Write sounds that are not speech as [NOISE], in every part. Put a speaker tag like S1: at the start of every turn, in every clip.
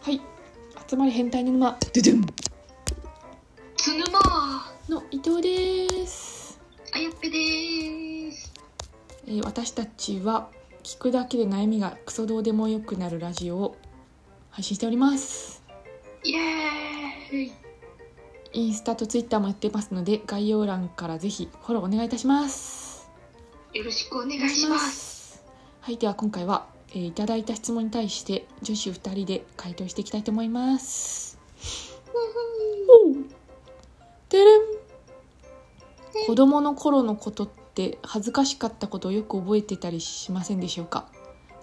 S1: はい集まり変態の沼ドゥドゥン
S2: つぬま
S1: の伊藤です、
S2: あやっぺです
S1: えー私たちは聞くだけで悩みがクソどうでもよくなるラジオを配信しております
S2: イエーイ
S1: インスタとツイッターもやってますので概要欄からぜひフォローお願いいたします
S2: よろしくお願
S1: お
S2: いします
S1: すはいでは今回は、えーいただいた質問に対して女子2人で回答していきたいと思いますてれん子供の頃のことって恥ずかしかったことをよく覚えてたりしませんでしょうか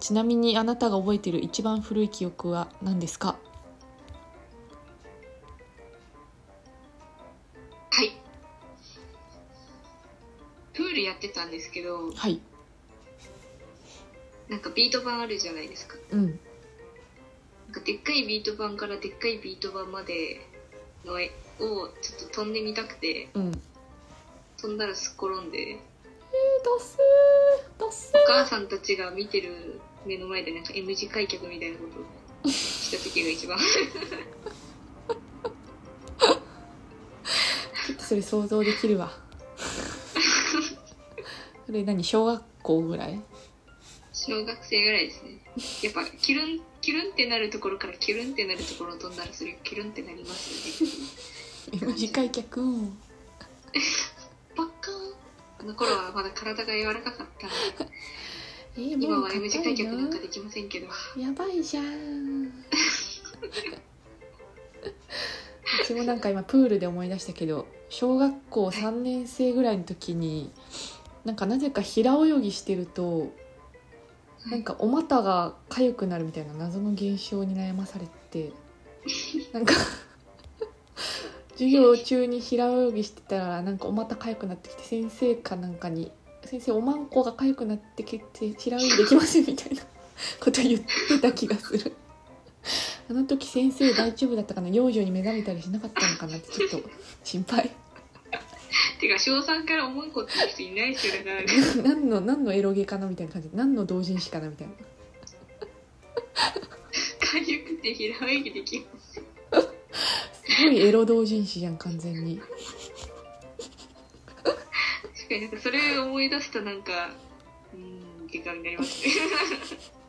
S1: ちなみにあなたが覚えてる一番古い記憶は何ですか
S2: はいプールやってたんですけど
S1: はい
S2: なんかビート板あるじゃないですか
S1: うん
S2: なんかでっかいビート板からでっかいビート板までの絵をちょっと飛んでみたくて
S1: うんえー、出
S2: 飛んだらすっ転んで
S1: せー出せ
S2: お母さんたちが見てる目の前でなんか M 字開脚みたいなことをした時が一番
S1: ちょっとそれ想像できる [LAUGHS] わそれ何小学校ぐらい
S2: 小学生ぐらいですねやっぱキュルンキュルンってなるところからキュルンってなるところを飛んだらそれキュルンってなりますよね
S1: 短い客
S2: バッカーンあの頃はまだ体が柔らかかったので
S1: えー、
S2: 今
S1: もう
S2: は M 字
S1: 硬
S2: 開
S1: い
S2: 脚なん
S1: な
S2: かできませんけど
S1: やばいじゃんうちもなんか今プールで思い出したけど小学校3年生ぐらいの時になんかなぜか平泳ぎしてると [LAUGHS] なんかお股が痒くなるみたいな謎の現象に悩まされてなんか授業中に平泳ぎしてたらなんかお股痒くなってきて先生かなんかに「先生おまんこが痒くなってきて平泳ぎできません」みたいな [LAUGHS] こと言ってた気がする [LAUGHS] あの時先生大丈夫だったかな幼女に目覚めたりしなかったのかなってちょっと心配 [LAUGHS]
S2: てか小3から思うことって人いないですよだから
S1: 何の何のエロゲかなみたいな感じ何の同人誌かなみたいな
S2: かゆくて平泳ぎできます
S1: すごいエロ同人誌じゃん完全に
S2: 確かになんかそれを思い出すとなんかうーんって感じになりますね [LAUGHS]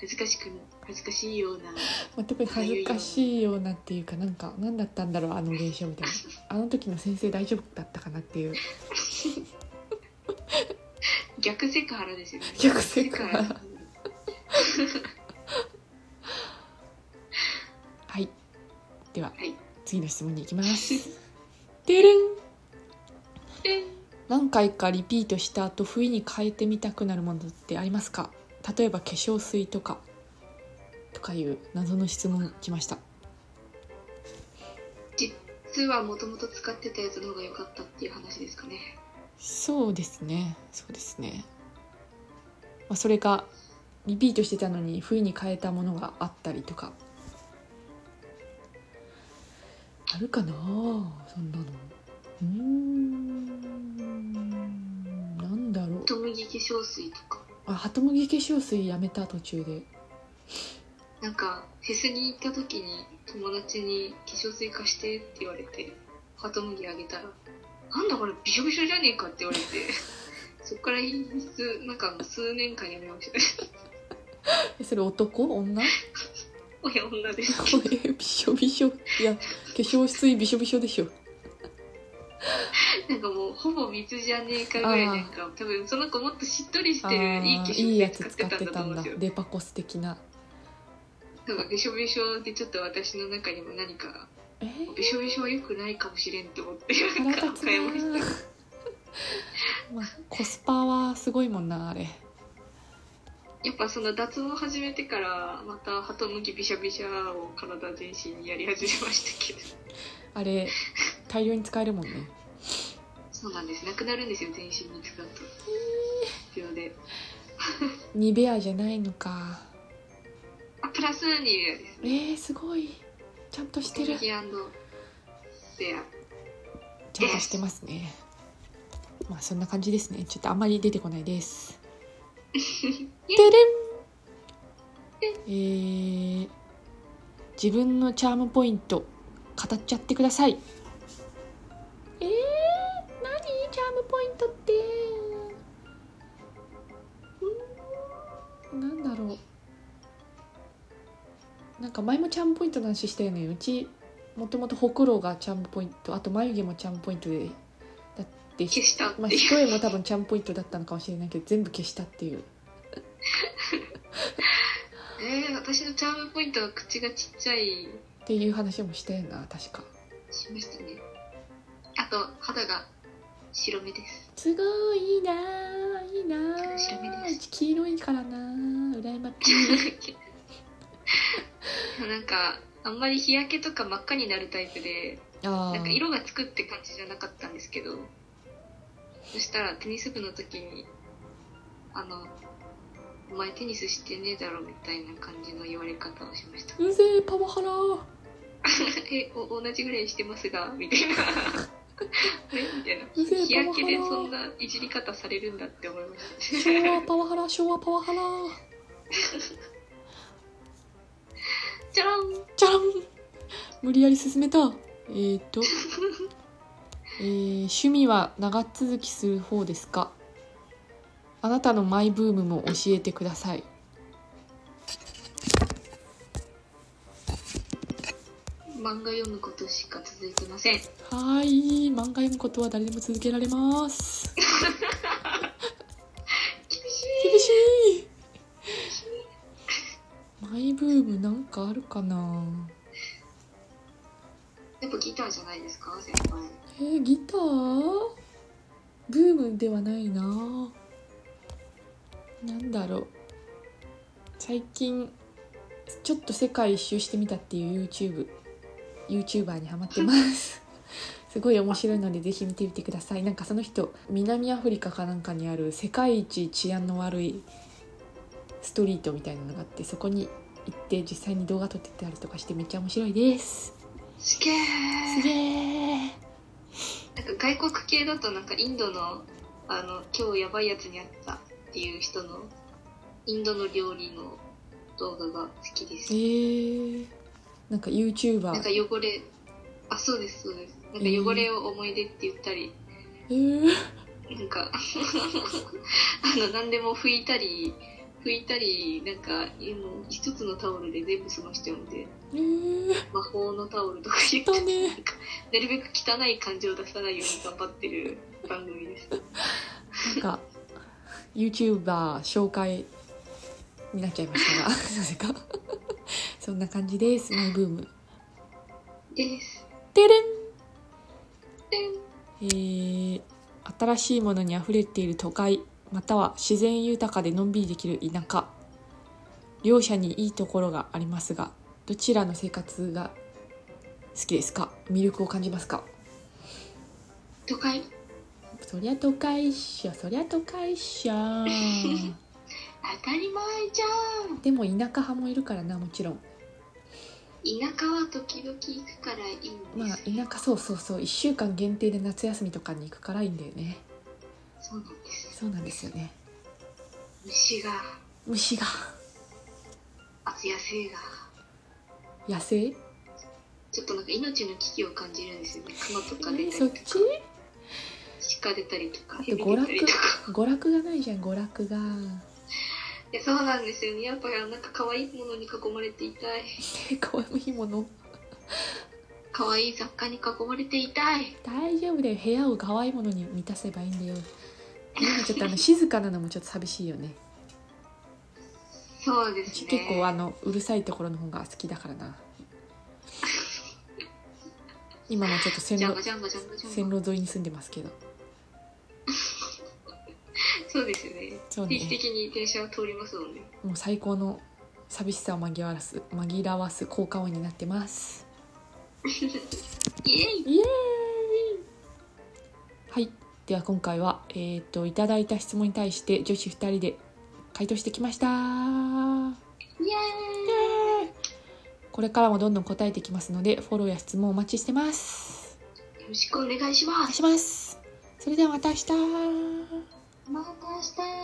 S2: 恥ずかしく恥ずかしいような
S1: まあ、特に恥ずかしいようなっていうかなんか何だったんだろうあの現象みたいなあの時の先生大丈夫だったかなっていう
S2: 逆セクハラですよね
S1: 逆セクハラ
S2: 逆セ
S1: はいでは、
S2: はい
S1: 次の質問に行きます [LAUGHS] てれん
S2: え
S1: 何回かリピートした後不意に変えてみたくなるものってありますか例えば化粧水とかとかいう謎の質問来ました
S2: 実はもともと使ってたやつの方が良かったっていう話ですかね
S1: そうですねそうですね、まあ、それがリピートしてたのに不意に変えたものがあったりとかあるかなそんなのうーんなんだろう
S2: 小麦化粧水とか
S1: あ鳩麦化粧水やめた途中で
S2: なんかフェスに行った時に友達に「化粧水貸して」って言われてハトムギあげたら「なんだこれびしょびしょじゃねえか」って言わ [LAUGHS] れてそっから数なんかもう数年間やめま [LAUGHS] した
S1: えそれ男女 [LAUGHS]
S2: 親女です
S1: これびしょびしょいや化粧水びしょびしょでし
S2: [LAUGHS]
S1: ょ
S2: なんかもうほぼ水じゃねえかぐらいなんか多分その子もっとしっとりし
S1: あ
S2: てるいい化
S1: ー
S2: 粧
S1: いいや
S2: 水
S1: つ
S2: 使っ
S1: 使
S2: て
S1: ったて
S2: んだと
S1: た
S2: 思うん
S1: んだ
S2: ですよ
S1: デパコス的な
S2: なんかびしょびしょでちょっと私の中にも何か
S1: えー
S2: びしょびしょは良くないかもしれんと思
S1: [LAUGHS]
S2: って
S1: 腹
S2: なん
S1: 立
S2: か
S1: つな
S2: 買いました
S1: ー [LAUGHS] まあ、コスパはすごいもんなあれ
S2: やっぱその脱毛を始めてからまた鳩むきびしゃびしゃを体全身にやり始めましたけ
S1: [LAUGHS]
S2: ど
S1: あれ大量に使えるもんね
S2: そうなんですなくなるんですよ全身に使うと必要で
S1: ニベアじゃないのか
S2: あプラスにです
S1: え
S2: ね
S1: ー、すごいちゃんとしてる
S2: キンドベア
S1: ちゃんとしてますねまあそんな感じですねちょっとあんまり出てこない [LAUGHS] ですてれんえー自分のチャームポイント語っちゃってくださいえー、何チャームポイントってうーんなんだろうなんか前もチャームポイントの話したよねうちもともとほくろがチャームポイントあと眉毛もチャームポイントでだって
S2: 消したって
S1: まあ、
S2: いう、
S1: 一重も多分チャームポイントだったのかもしれないけど全部消したっていう
S2: えー、私のチャームポイントは口がちっちゃい
S1: っていう話もしたよな確か
S2: しましたねあと肌が白目です
S1: すごいいいなあいいなあ
S2: 白目で
S1: う
S2: す
S1: ち黄色いからなあ羨ましい
S2: なんかあんまり日焼けとか真っ赤になるタイプで
S1: あ
S2: なんか
S1: ー
S2: 色がつくって感じじゃなかったんですけどそしたらテニス部の時に「あのお前テニスしてねえだろ」みたいな感じの言われ方をし
S1: [LAUGHS]
S2: ました
S1: うぜえパワハラ
S2: えお同じぐらいしてますがみたいな [LAUGHS] えみたいな
S1: うぜ
S2: 日
S1: えパワ
S2: 焼け
S1: ハ
S2: で
S1: ラ
S2: そんないじり方されるんだって思いまし [LAUGHS]
S1: 昭
S2: た
S1: 和パワハラ昭和パワハラ
S2: じゃらん
S1: じゃらん無理やり進めたえー、っとえー趣味は長続きする方ですかあなたのマイブームも教えてください
S2: 漫画読むことしか続いてません
S1: はーい漫画読むことは誰でも続けられます
S2: 厳し
S1: 厳しいマイブームなんかあるかない
S2: やっぱギターじゃないですか先輩
S1: えーギターブームではないななんだろう最近ちょっと世界一周してみたっていう YouTube YouTuber にハマってます [LAUGHS] すごい面白いのでぜひ見てみてくださいなんかその人南アフリカかなんかにある世界一治安の悪いストリートみたいなのがあってそこに行って実際に動画撮ってたりとかしてめっちゃ面白いです
S2: すげえ
S1: すげー
S2: なんか外国系だとなんかインドのあの今日やばいやつにあったっていう人のインドの料理の動画が好きです。
S1: ええなんか YouTuber
S2: なんか汚れあそうですそうです。なんか汚れを思い出って言ったり、
S1: えー
S2: なんか [LAUGHS] あの何でも拭いたり拭いたりなんかもう一つのタオルで全部済ましちゃうんで
S1: えー
S2: 魔法のタオルとか言って
S1: だね
S2: なるべく汚い感じを出さないように頑張ってる番組です。
S1: なんか YouTuber 紹介になっちゃいましたが [LAUGHS] なぜかそんな感じですマイブーム
S2: です。
S1: てれん
S2: でん
S1: えー新しいものにあふれている都会または自然豊かでのんびりできる田舎両者にいいところがありますがどちらの生活が好きですか魅力を感じますか
S2: 都会
S1: そりゃ都会っしょそりゃ都会っ
S2: [LAUGHS]
S1: しょ
S2: 当たり前じゃん
S1: でも田舎派もいるからなもちろん
S2: 田舎は時々行くからいいんです、
S1: まあ田舎そうそうそう1週間限定で夏休みとかに行くからいいんだよね
S2: そうなんです
S1: そうなんですよね
S2: 虫が
S1: 虫が
S2: あと野生が
S1: 野生
S2: ちょっとなんか命の危機を感じるんですよね熊とか
S1: え
S2: 出
S1: ー
S2: た
S1: そっ
S2: りと
S1: ち
S2: か鹿出たりとか
S1: だって
S2: 蛇
S1: 娯
S2: 出た
S1: 楽
S2: りとか
S1: 娯楽がないじゃん娯楽が
S2: いやそうなんですよねやっぱりなんか可愛いものに囲まれていたい
S1: 可愛いもの
S2: 可愛い雑貨に囲まれていたい
S1: 大丈夫だよ部屋を可愛いものに満たせばいいんだよ家にちょっとあの静かなのもちょっと寂しいよね
S2: そうで
S1: う
S2: す
S1: ち
S2: ね
S1: 結構あのうるさいところの方が好きだから [LAUGHS] な今もちょっと線
S2: ジャン
S1: 路
S2: ボジャンボジャンボジャン
S1: 線
S2: ボ
S1: 路沿いに住んでますけど
S2: そうですよね
S1: そう
S2: 定期
S1: ね
S2: 的に電車は通りますもんね
S1: もう最高の寂しさを紛らわす紛らわす効果音になってます
S2: イエイ
S1: イエーイはいでは今回はえっ、といただいた質問に対して女子2人で回答してきましたイ
S2: イエ
S1: エーイこれからもどんどん答えていきますのでフォローや質問お待ちしてます
S2: ーイよろしくお願いし
S1: お
S2: ま
S1: 願い
S2: す
S1: しますそれではまた明日
S2: また明日